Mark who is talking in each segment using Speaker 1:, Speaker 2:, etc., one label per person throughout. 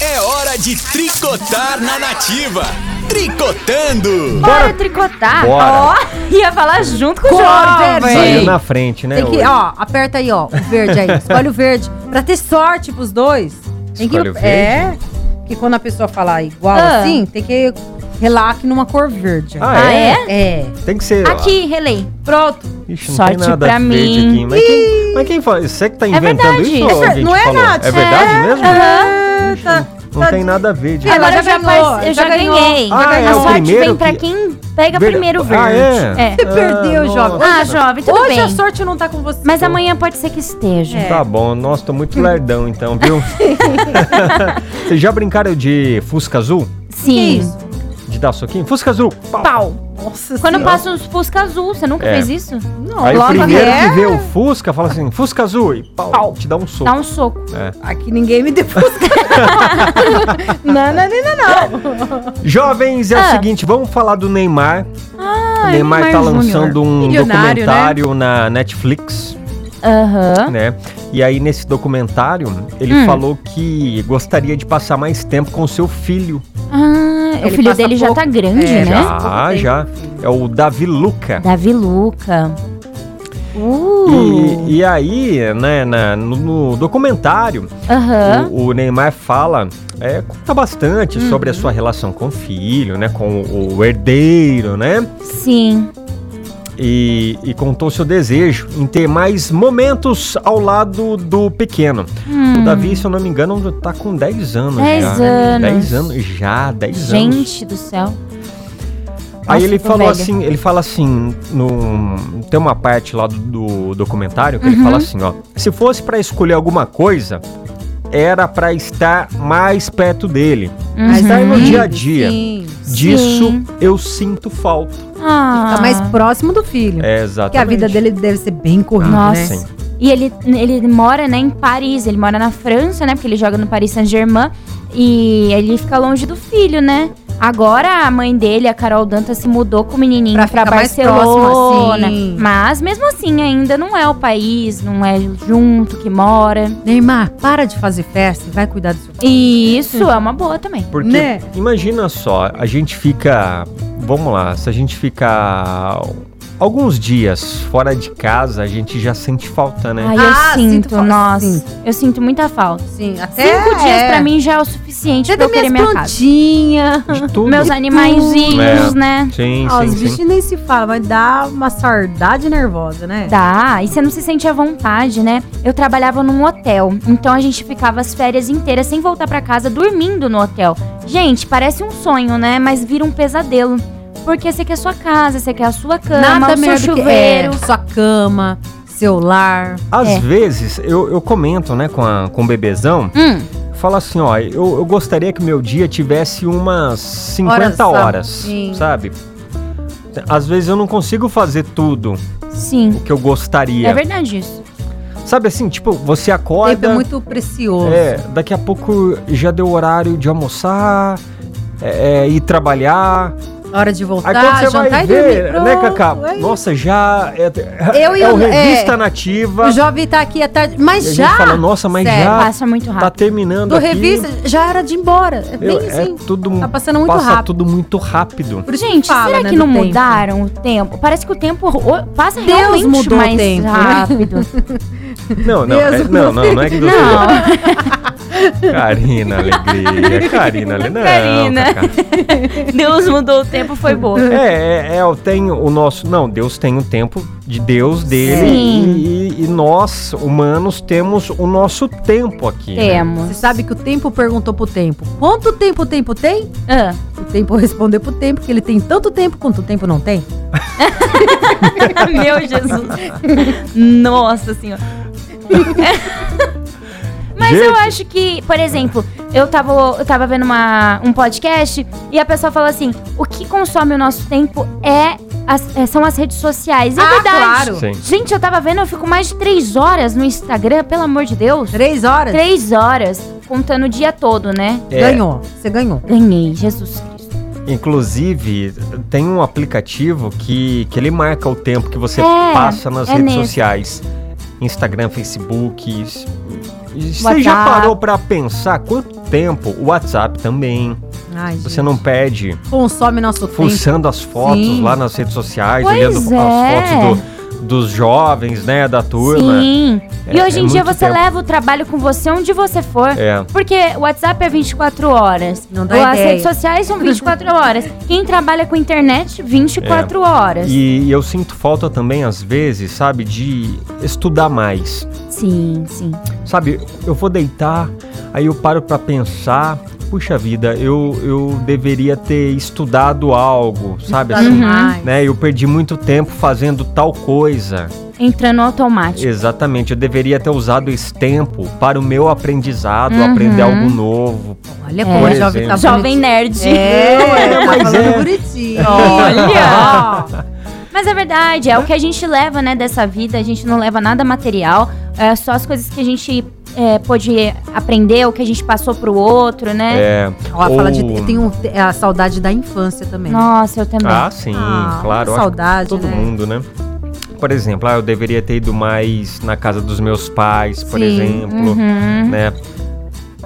Speaker 1: É hora de tricotar na nativa. Tricotando!
Speaker 2: Bora tricotar.
Speaker 3: Bora.
Speaker 2: Ó, ia falar junto com o
Speaker 4: Cor
Speaker 2: João,
Speaker 4: verde.
Speaker 3: Saiu
Speaker 4: Ei.
Speaker 2: velho.
Speaker 3: na frente, né?
Speaker 4: Tem que,
Speaker 3: hoje.
Speaker 4: ó, aperta aí, ó, o verde aí. Escolhe o verde. Pra ter sorte pros dois. Tem que,
Speaker 3: Escolhe o verde?
Speaker 4: É. Que quando a pessoa falar igual
Speaker 2: Ah.
Speaker 4: assim, tem que relar numa cor verde.
Speaker 3: Ah,
Speaker 2: Ah,
Speaker 3: é?
Speaker 2: é?
Speaker 4: é?
Speaker 3: Tem que ser.
Speaker 2: Aqui, relei.
Speaker 4: Pronto.
Speaker 3: Ixi, não
Speaker 2: Sorte
Speaker 3: tem nada
Speaker 2: pra
Speaker 3: verde
Speaker 2: mim.
Speaker 3: aqui. Mas quem, mas quem fala? Você que tá inventando
Speaker 2: verdade. É
Speaker 3: isso? ou
Speaker 4: ver-
Speaker 3: alguém
Speaker 4: não
Speaker 3: te
Speaker 4: é,
Speaker 3: falou?
Speaker 4: Nath?
Speaker 3: É verdade
Speaker 4: É.
Speaker 3: mesmo?
Speaker 4: Ah, tá.
Speaker 3: Não
Speaker 4: tá-
Speaker 3: tem nada verde.
Speaker 4: Ela
Speaker 2: Agora
Speaker 4: já
Speaker 2: eu já,
Speaker 4: ganhou,
Speaker 2: par- eu
Speaker 4: já
Speaker 2: já
Speaker 4: ganhou.
Speaker 2: ganhei.
Speaker 3: Ah, é
Speaker 2: a
Speaker 3: o
Speaker 2: sorte
Speaker 3: primeiro
Speaker 2: vem pra
Speaker 3: que-
Speaker 2: quem pega
Speaker 3: Verde-
Speaker 2: primeiro o
Speaker 3: Ah,
Speaker 2: verde.
Speaker 3: é?
Speaker 2: É.
Speaker 4: Você perdeu,
Speaker 3: nossa.
Speaker 4: jovem.
Speaker 2: Ah, jovem, tudo
Speaker 4: Hoje
Speaker 2: bem.
Speaker 4: a sorte não tá com você.
Speaker 2: Mas amanhã pode ser que esteja.
Speaker 4: É.
Speaker 3: Tá bom, nossa, tô muito lerdão então, viu? Vocês já brincaram de Fusca Azul?
Speaker 2: Sim.
Speaker 4: É. isso?
Speaker 3: De dar soquinho? Fusca Azul! Pau!
Speaker 2: Pau.
Speaker 4: Nossa
Speaker 2: Quando
Speaker 4: Senhora.
Speaker 2: passa uns Fusca azul, você nunca
Speaker 3: É.
Speaker 2: fez isso?
Speaker 4: Não,
Speaker 3: Aí o
Speaker 4: logo
Speaker 3: primeiro
Speaker 4: é.
Speaker 3: que vê o Fusca fala assim, Fusca Azul! E pau!
Speaker 2: Pau.
Speaker 3: Te dá um soco.
Speaker 2: Dá um soco.
Speaker 4: Aqui ninguém me defusca. não, não, não, não, não.
Speaker 3: Jovens, é
Speaker 2: Ah.
Speaker 3: o seguinte, vamos falar do Neymar. o Neymar,
Speaker 2: Neymar
Speaker 3: tá
Speaker 2: Júnior. né?
Speaker 3: lançando um
Speaker 4: Milionário,
Speaker 3: documentário na Netflix.
Speaker 2: Aham.
Speaker 3: né? E aí, nesse documentário, ele
Speaker 2: Ah. Hum.
Speaker 3: falou que gostaria de passar mais tempo com seu filho.
Speaker 2: Ah, o
Speaker 4: Ele
Speaker 2: filho
Speaker 4: passa
Speaker 2: dele já
Speaker 4: pouco.
Speaker 2: tá grande,
Speaker 4: É,
Speaker 2: né?
Speaker 4: já.
Speaker 3: Ah, já. É o Davi Luca.
Speaker 2: Davi Luca. Uh.
Speaker 3: E, e aí, né, na- no, no documentário,
Speaker 2: Aham.
Speaker 3: o, o Neymar fala, é, conta bastante sobre a
Speaker 2: Uhum.
Speaker 3: sua relação com o filho, né, com o, o herdeiro, né,
Speaker 2: Sim.
Speaker 3: e, e contou seu desejo em ter mais momentos ao lado do pequeno.
Speaker 2: Hum.
Speaker 3: O Davi, se eu não me engano, tá com 10 anos
Speaker 2: 10
Speaker 3: já.
Speaker 2: anos.
Speaker 3: 10 anos já, 10 anos.
Speaker 2: Gente do céu.
Speaker 3: Aí
Speaker 2: Nossa,
Speaker 3: ele
Speaker 2: tô
Speaker 3: falou
Speaker 2: velha.
Speaker 3: assim, ele fala assim, no, tem uma parte lá do, do documentário que ele
Speaker 2: Uhum.
Speaker 3: fala assim, ó, se fosse pra escolher alguma coisa, era pra estar mais perto dele.
Speaker 2: Uhum.
Speaker 3: Estar tá no dia a dia.
Speaker 4: Uhum. Sim.
Speaker 3: Disso
Speaker 2: Sim.
Speaker 3: eu sinto falta.
Speaker 2: Ah.
Speaker 4: Tá mais próximo do filho.
Speaker 3: É,
Speaker 4: Porque a
Speaker 3: exatamente.
Speaker 4: vida dele deve ser bem corrida,
Speaker 2: Nossa.
Speaker 4: né?
Speaker 3: Sim.
Speaker 2: E ele, ele mora, né, em Paris. Ele mora na França, né? Porque ele joga no Paris Saint-Germain. E ele fica longe do filho, né? Agora a mãe dele, a Carol Dantas, se mudou com o menininho
Speaker 4: Pra
Speaker 2: pra,
Speaker 4: ficar mais próximo,
Speaker 2: Barcelona.
Speaker 4: assim.
Speaker 2: Mas mesmo assim, ainda não é o país, não é junto que mora.
Speaker 4: Neymar, para de fazer festa e vai cuidar do seu filho.
Speaker 2: E isso é uma boa também.
Speaker 3: Porque
Speaker 4: Né?
Speaker 3: imagina só, a gente fica. Vamos lá, se a gente fica alguns dias fora de casa, a gente já sente falta, né?
Speaker 2: Ai,
Speaker 4: Ah,
Speaker 2: eu sinto,
Speaker 4: sinto falta,
Speaker 2: nossa.
Speaker 4: sinto.
Speaker 2: Eu sinto muita falta.
Speaker 4: Sim, até
Speaker 2: Cinco dias
Speaker 4: é.
Speaker 2: pra mim já é o suficiente
Speaker 4: Cadê
Speaker 2: pra eu querer
Speaker 4: minhas
Speaker 2: minha casa.
Speaker 4: plantinhas?
Speaker 3: De tudo.
Speaker 2: Meus animaizinhos, né?
Speaker 3: Sim,
Speaker 4: Ah,
Speaker 3: sim,
Speaker 4: os
Speaker 3: sim.
Speaker 4: bichinhos nem se falam, mas dá uma saudade nervosa, né?
Speaker 2: Dá, e você não se sente à vontade, né? Eu trabalhava num hotel, então a gente ficava as férias inteiras sem voltar pra casa, dormindo no hotel. Gente, parece um sonho, né? Mas vira um pesadelo. Porque você quer sua casa, você quer a sua cama,
Speaker 4: Nada
Speaker 2: o seu
Speaker 4: melhor do que
Speaker 2: chuveiro.
Speaker 4: é, sua cama, seu lar.
Speaker 3: Às
Speaker 2: É.
Speaker 3: vezes, eu, eu comento, né, com, a, com o bebezão,
Speaker 4: É.
Speaker 2: Hum,
Speaker 3: fala assim, ó, eu, eu gostaria que meu dia tivesse umas 50
Speaker 4: Horas,
Speaker 3: horas,
Speaker 4: sim.
Speaker 3: sabe? Às vezes eu não consigo fazer tudo
Speaker 2: sim.
Speaker 3: o que eu
Speaker 2: É
Speaker 3: gostaria.
Speaker 2: verdade isso.
Speaker 3: sabe assim, tipo, você
Speaker 4: O tempo é
Speaker 3: acorda,
Speaker 4: muito precioso.
Speaker 3: É, daqui a pouco já deu horário de almoçar, é, é, ir trabalhar.
Speaker 4: Hora de voltar,
Speaker 3: Aí quando você
Speaker 4: jantar
Speaker 3: vai
Speaker 4: e
Speaker 3: ver,
Speaker 4: dormir. Pronto,
Speaker 3: né, Cacá?
Speaker 4: é isso.
Speaker 3: Nossa, já é,
Speaker 4: Eu e
Speaker 3: é o
Speaker 4: o-
Speaker 3: Revista
Speaker 4: é.
Speaker 3: Nativa.
Speaker 4: O jovem tá aqui à tarde. Mas
Speaker 3: E a gente
Speaker 4: já!
Speaker 3: fala, nossa, mas
Speaker 4: Sério,
Speaker 3: já
Speaker 2: Passa muito
Speaker 3: tá
Speaker 2: rápido.
Speaker 3: terminando
Speaker 4: do
Speaker 3: aqui.
Speaker 4: revista, já era de ir embora. É bem
Speaker 3: Eu-
Speaker 4: assim.
Speaker 3: é tudo
Speaker 4: Tá
Speaker 3: muito
Speaker 4: passando muito
Speaker 3: passa
Speaker 4: rápido.
Speaker 3: tudo muito rápido.
Speaker 4: Por isso
Speaker 2: Gente,
Speaker 4: fala,
Speaker 2: será
Speaker 4: né,
Speaker 2: que não
Speaker 4: do tempo.
Speaker 2: mudaram o tempo? Parece que o tempo ro- passa
Speaker 4: Deus
Speaker 2: realmente
Speaker 4: mudou o
Speaker 2: mais
Speaker 4: tempo, né?
Speaker 2: rápido.
Speaker 3: Não, não, é,
Speaker 4: Mesmo
Speaker 3: não, não, não é que
Speaker 2: Não.
Speaker 3: Karina Alegria, Karina Alegria. Não,
Speaker 2: Karina.
Speaker 3: Cacá.
Speaker 2: Deus mudou o tempo, foi boa.
Speaker 3: É, é, é, eu tenho o nosso. Não, Deus tem o tempo de Deus dele.
Speaker 2: Sim.
Speaker 3: E, e- e nós, humanos, temos o nosso tempo aqui. né?
Speaker 2: Temos.
Speaker 4: Você sabe que o tempo perguntou pro tempo: quanto tempo o tempo tem?
Speaker 2: Ah,
Speaker 4: O tempo respondeu pro tempo que ele tem tanto tempo quanto o tempo não tem.
Speaker 2: meu Jesus. Nossa senhora. Mas eu
Speaker 3: Gente.
Speaker 2: acho que, por exemplo, eu tava, eu tava vendo uma, um podcast e a pessoa falou assim: o que consome o nosso tempo é as- é- são as redes sociais. E É verdade.
Speaker 3: Sim.
Speaker 2: Gente, eu tava vendo, eu fico mais de três horas no Instagram, pelo amor de Deus.
Speaker 4: Três horas?
Speaker 2: Três horas, contando o dia todo, né?
Speaker 3: É,
Speaker 4: Ganhou. Você ganhou.
Speaker 2: Ganhei, Jesus Cristo.
Speaker 3: Inclusive, tem um aplicativo que, que ele marca o tempo que você
Speaker 2: É,
Speaker 3: passa nas
Speaker 2: é
Speaker 3: redes
Speaker 2: nesse.
Speaker 3: sociais. Instagram, Facebook. s- e Você
Speaker 2: WhatsApp.
Speaker 3: já parou pra pensar quanto tempo, o WhatsApp também.
Speaker 4: Ai,
Speaker 3: Você
Speaker 4: gente.
Speaker 3: não perde
Speaker 4: consome nosso tempo.
Speaker 3: fuçando as fotos
Speaker 4: Sim.
Speaker 3: lá nas redes sociais,
Speaker 2: Pois
Speaker 3: olhando as
Speaker 2: é.
Speaker 3: fotos do- dos jovens, né, da turma.
Speaker 2: Sim. e
Speaker 3: É-
Speaker 2: hoje
Speaker 3: é
Speaker 2: em dia
Speaker 3: muito
Speaker 2: você
Speaker 3: tempo.
Speaker 2: leva o trabalho com você onde você for.
Speaker 3: É.
Speaker 2: Porque o WhatsApp é 24 horas.
Speaker 4: Não dá
Speaker 2: Ou As
Speaker 4: ideia.
Speaker 2: redes sociais são 24 horas. Quem trabalha com internet, 24 horas.
Speaker 3: É. E, e eu sinto falta também, às vezes, sabe, de estudar mais.
Speaker 2: Sim, sim.
Speaker 3: Sabe, eu vou deitar, aí eu paro pra pensar. Puxa vida, eu, eu deveria ter estudado algo, sabe?
Speaker 4: Nada
Speaker 2: Uhum.
Speaker 3: assim,
Speaker 4: mais.
Speaker 3: né? Eu perdi muito tempo fazendo tal coisa.
Speaker 2: Entrando automático.
Speaker 3: Exatamente, eu deveria ter usado esse tempo para o meu aprendizado,
Speaker 2: Uhum.
Speaker 3: aprender algo novo.
Speaker 4: Olha como
Speaker 3: É.
Speaker 4: a jovem tá
Speaker 2: Jovem
Speaker 4: bonitinha.
Speaker 2: nerd.
Speaker 4: É, tá
Speaker 3: Mas
Speaker 4: falando
Speaker 3: é.
Speaker 4: bonitinho.
Speaker 2: Olha! Mas é verdade, é o que a gente leva, né, dessa vida. A gente não leva nada material, é só as coisas que a gente é, pôde aprender, o que a gente passou pro outro, né?
Speaker 3: É.
Speaker 4: Ó, fala de,
Speaker 3: Ou-
Speaker 4: tem um, é a saudade da infância também.
Speaker 2: Nossa, eu também.
Speaker 3: Ah, sim,
Speaker 4: Ah,
Speaker 3: claro.
Speaker 4: uma
Speaker 3: acho que
Speaker 4: saudade,
Speaker 3: Todo
Speaker 4: né?
Speaker 3: mundo, né? Por exemplo, ah, eu deveria ter ido mais na casa dos meus pais, por
Speaker 4: Sim,
Speaker 3: exemplo,
Speaker 2: Uhum.
Speaker 3: né?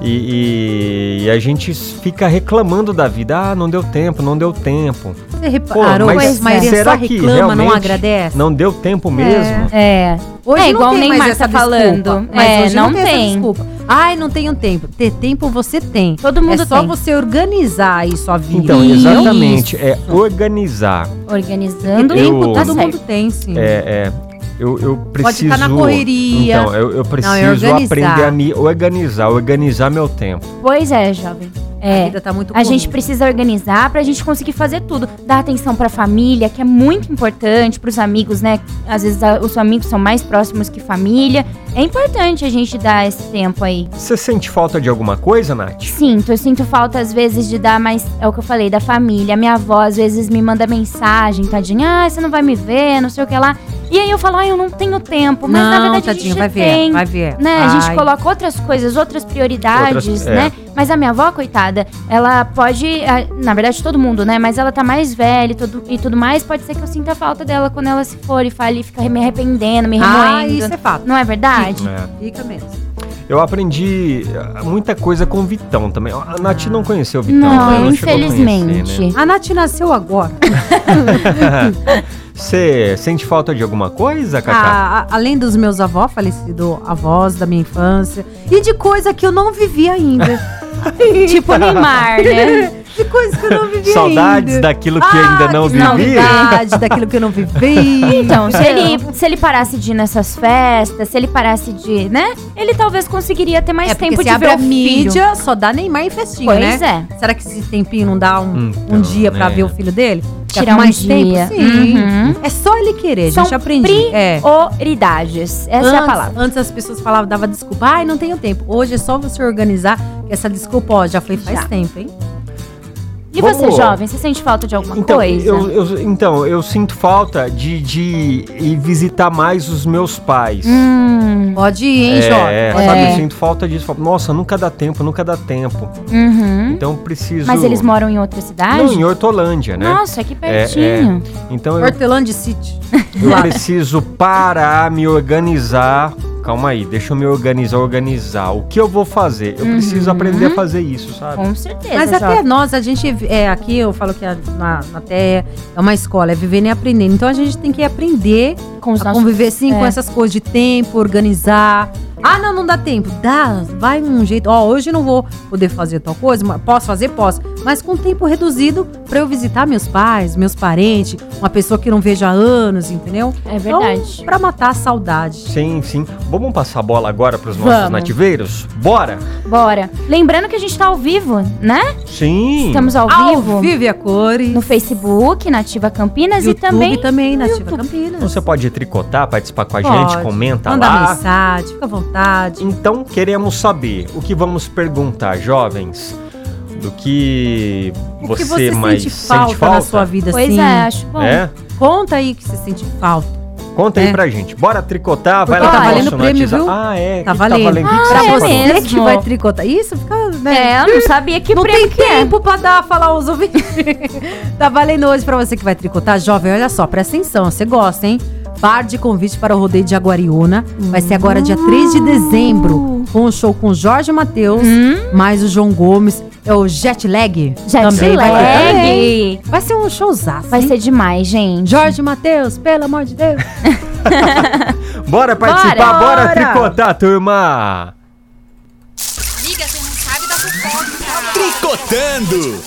Speaker 3: E, e- e a gente fica reclamando da vida. Ah, não deu tempo, não deu tempo.
Speaker 4: Você
Speaker 3: Pô,
Speaker 4: reparou,
Speaker 3: mas
Speaker 4: mas a maioria
Speaker 3: será
Speaker 4: só
Speaker 3: que
Speaker 4: reclama, não
Speaker 3: realmente
Speaker 4: agradece?
Speaker 3: Não deu tempo mesmo.
Speaker 2: É.
Speaker 4: Hoje
Speaker 2: É, igual
Speaker 4: não
Speaker 2: o
Speaker 4: tem mais
Speaker 2: Neymar
Speaker 4: essa
Speaker 2: tá falando.
Speaker 4: Desculpa, mas
Speaker 2: É,
Speaker 4: hoje não,
Speaker 2: não
Speaker 4: tem,
Speaker 2: tem.
Speaker 4: essa desculpa. Ai, não tenho tempo. Ter tempo você tem.
Speaker 2: Todo mundo
Speaker 4: é só
Speaker 2: tem.
Speaker 4: você organizar aí sua vida.
Speaker 3: Então,
Speaker 2: Isso.
Speaker 3: exatamente, é organizar.
Speaker 2: Organizando
Speaker 3: Eu-
Speaker 4: Tempo
Speaker 2: tá
Speaker 4: todo
Speaker 2: certo.
Speaker 4: mundo tem, sim.
Speaker 3: É, é. Eu, eu preciso.
Speaker 4: ficar na correria. é
Speaker 3: Então, eu, eu preciso
Speaker 4: organizar.
Speaker 3: aprender a me organizar, organizar meu tempo.
Speaker 2: Pois é, jovem.
Speaker 4: A
Speaker 2: É.
Speaker 4: vida tá muito
Speaker 2: A gente
Speaker 4: corrida.
Speaker 2: precisa organizar pra gente conseguir fazer tudo. Dar atenção pra família, que é muito importante, pros amigos, né? Às vezes a- os amigos são mais próximos que família. É importante a gente dar esse tempo aí.
Speaker 3: Você sente falta de alguma coisa, Nath?
Speaker 2: Sinto, eu sinto falta às vezes de dar mais. É o que eu falei, da família. Minha avó às vezes me manda mensagem, tadinha, ah, você não vai me ver, não sei o que lá. E aí eu falo, ah, eu não tenho tempo. Mas na
Speaker 4: não,
Speaker 2: verdade a
Speaker 4: tadinho,
Speaker 2: gente
Speaker 4: vai ver,
Speaker 2: tem.
Speaker 4: vai ver.
Speaker 2: Né, a gente
Speaker 4: Ai.
Speaker 2: coloca outras coisas, outras prioridades,
Speaker 3: Outras- é.
Speaker 2: né? Mas a minha avó, coitada, ela pode. ah, Na verdade, todo mundo, né? Mas ela tá mais velha e tudo, e tudo mais. Pode ser que eu sinta falta dela quando ela se for e fale e fica me arrependendo, me
Speaker 4: Ah,
Speaker 2: remoendo.
Speaker 4: isso é fato.
Speaker 2: Não é verdade?
Speaker 3: É.
Speaker 4: Fica mesmo.
Speaker 3: Eu aprendi ah, muita coisa com o Vitão também. A Nath não conheceu o
Speaker 2: Não,
Speaker 3: Vitão. né? Ela chegou a
Speaker 2: infelizmente.
Speaker 3: conhecer, né?
Speaker 4: A Nath nasceu agora.
Speaker 3: Você sente falta de alguma coisa,
Speaker 2: Ah,
Speaker 3: Cacá?
Speaker 4: A- a- além dos meus avós, falecido avós da minha infância. E de coisa que eu não vivi ainda.
Speaker 3: né?
Speaker 2: Tipo Neymar, né?
Speaker 4: de coisa que eu não vivi
Speaker 3: Saudades
Speaker 4: ainda.
Speaker 3: daquilo que
Speaker 4: Ah,
Speaker 3: ainda não
Speaker 4: que
Speaker 3: vivi?
Speaker 4: Saudade daquilo que eu não vivi.
Speaker 2: Então, se ele, se ele parasse de ir nessas festas, se ele parasse de. né? Ele talvez conseguiria ter mais
Speaker 4: é
Speaker 2: tempo
Speaker 4: porque se
Speaker 2: de
Speaker 4: abre
Speaker 2: ver
Speaker 4: a
Speaker 2: o filho.
Speaker 4: mídia, só dá Neymar em festinha, né?
Speaker 2: Pois é.
Speaker 4: Será que esse tempinho não dá um,
Speaker 3: Então,
Speaker 4: um dia pra
Speaker 3: né?
Speaker 4: ver o filho dele? Quer
Speaker 2: Tirar um
Speaker 4: mais
Speaker 2: dia.
Speaker 4: tempo? Sim.
Speaker 2: Uhum.
Speaker 4: É só ele querer,
Speaker 2: São
Speaker 4: gente. Aprendi. É.
Speaker 2: Prioridades. Essa é a palavra.
Speaker 4: Antes as pessoas falavam, dava desculpa. Ai, não tenho tempo. Hoje é só você organizar. Essa desculpa, ó, já foi faz
Speaker 2: Já.
Speaker 4: tempo, hein?
Speaker 2: E você,
Speaker 3: Vamos-
Speaker 2: jovem, você sente falta de alguma
Speaker 3: Então
Speaker 2: coisa?
Speaker 3: eu, eu- então, eu sinto falta de, de ir visitar mais os meus pais.
Speaker 2: Hum,
Speaker 4: Pode ir, hein, Jota?
Speaker 3: É,
Speaker 4: Pode
Speaker 3: sabe,
Speaker 4: ir.
Speaker 3: eu sinto falta disso. Falo, Nossa, nunca dá tempo, nunca dá tempo.
Speaker 2: uhum.
Speaker 3: Então eu preciso.
Speaker 2: Mas eles moram em outra cidade?
Speaker 3: Não, em Hortolândia, né?
Speaker 2: Nossa, que pertinho.
Speaker 3: Então
Speaker 4: É.
Speaker 3: eu,
Speaker 4: Hortelândia City.
Speaker 3: eu preciso parar, me organizar. Calma aí, deixa eu me organizar, organizar. O que eu vou fazer? Eu
Speaker 4: Uhum.
Speaker 3: preciso aprender a fazer isso, sabe?
Speaker 2: Com certeza.
Speaker 4: Mas até
Speaker 2: jovem.
Speaker 4: nós, a gente, é, aqui eu falo que a- na, na Terra é uma escola, é vivendo e aprendendo. Então a gente tem que aprender
Speaker 2: com os
Speaker 4: a
Speaker 2: nossos.
Speaker 4: conviver sim com essas coisas de tempo, organizar. Ah, não, não dá tempo. Dá, vai um jeito. Ó, hoje não vou poder fazer tal coisa, mas posso fazer? Posso. Mas com tempo reduzido pra eu visitar meus pais, meus parentes, uma pessoa que eu não vejo há anos, entendeu?
Speaker 2: É verdade.
Speaker 4: Então, pra matar a saudade.
Speaker 3: Sim, sim. Vamos passar a bola agora para os nossos
Speaker 2: Vamos.
Speaker 3: nativeiros? Bora!
Speaker 2: Bora. Lembrando que a gente tá ao vivo, né?
Speaker 3: Sim!
Speaker 2: Estamos ao, vivo.
Speaker 4: vive a cor e
Speaker 2: No Facebook, Nativa Campinas
Speaker 4: YouTube
Speaker 2: e também.
Speaker 4: Nativa
Speaker 2: YouTube.
Speaker 4: Campinas.
Speaker 3: Então Você pode tricotar, participar com a
Speaker 4: Pode.
Speaker 3: gente, comenta
Speaker 4: Manda
Speaker 3: lá.
Speaker 4: mensagem, fica à vontade.
Speaker 3: Então queremos saber o que vamos perguntar, jovens, do que
Speaker 4: o que
Speaker 3: você,
Speaker 4: você
Speaker 3: mais
Speaker 4: sente falta, na sua vida,
Speaker 2: Pois
Speaker 4: assim?
Speaker 2: é, acho bom.
Speaker 3: É?
Speaker 4: Conta aí o que você sente falta.
Speaker 3: Conta aí
Speaker 4: É.
Speaker 3: pra gente. Bora tricotar, vai lá
Speaker 4: Porque
Speaker 2: tá
Speaker 3: no
Speaker 2: valendo
Speaker 3: nosso
Speaker 4: prêmio,
Speaker 3: WhatsApp.
Speaker 4: viu?
Speaker 3: Ah, é.
Speaker 4: Tá
Speaker 3: que
Speaker 4: valendo.
Speaker 3: Tá valendo. O que que
Speaker 2: Ah,
Speaker 3: você
Speaker 2: é
Speaker 4: pra
Speaker 3: falou?
Speaker 2: mesmo.
Speaker 4: você que vai tricotar. Isso fica, né?
Speaker 2: É, eu não sabia que
Speaker 4: não
Speaker 2: prêmio
Speaker 4: tem
Speaker 2: que é.
Speaker 4: tempo pra dar, falar aos ouvintes. tá valendo hoje pra você que vai tricotar, jovem. Olha só, presta atenção, você gosta, hein? bar de convite para o rodeio de Aguariúna. Vai ser agora dia
Speaker 2: Hum.
Speaker 4: 3 de dezembro, com o show com Jorge Matheus, mais o João Gomes. É o Jet
Speaker 2: Hum.
Speaker 4: Lag.
Speaker 2: Jet
Speaker 4: também vai ter.
Speaker 3: né?
Speaker 2: lag.
Speaker 4: Vai ser um showzaço.
Speaker 2: Vai
Speaker 4: hein?
Speaker 2: ser demais, gente.
Speaker 4: Jorge Matheus, pelo amor de Deus.
Speaker 3: Bora participar, bora,
Speaker 4: Bora!
Speaker 3: tricotar, turma!
Speaker 1: Tricotando.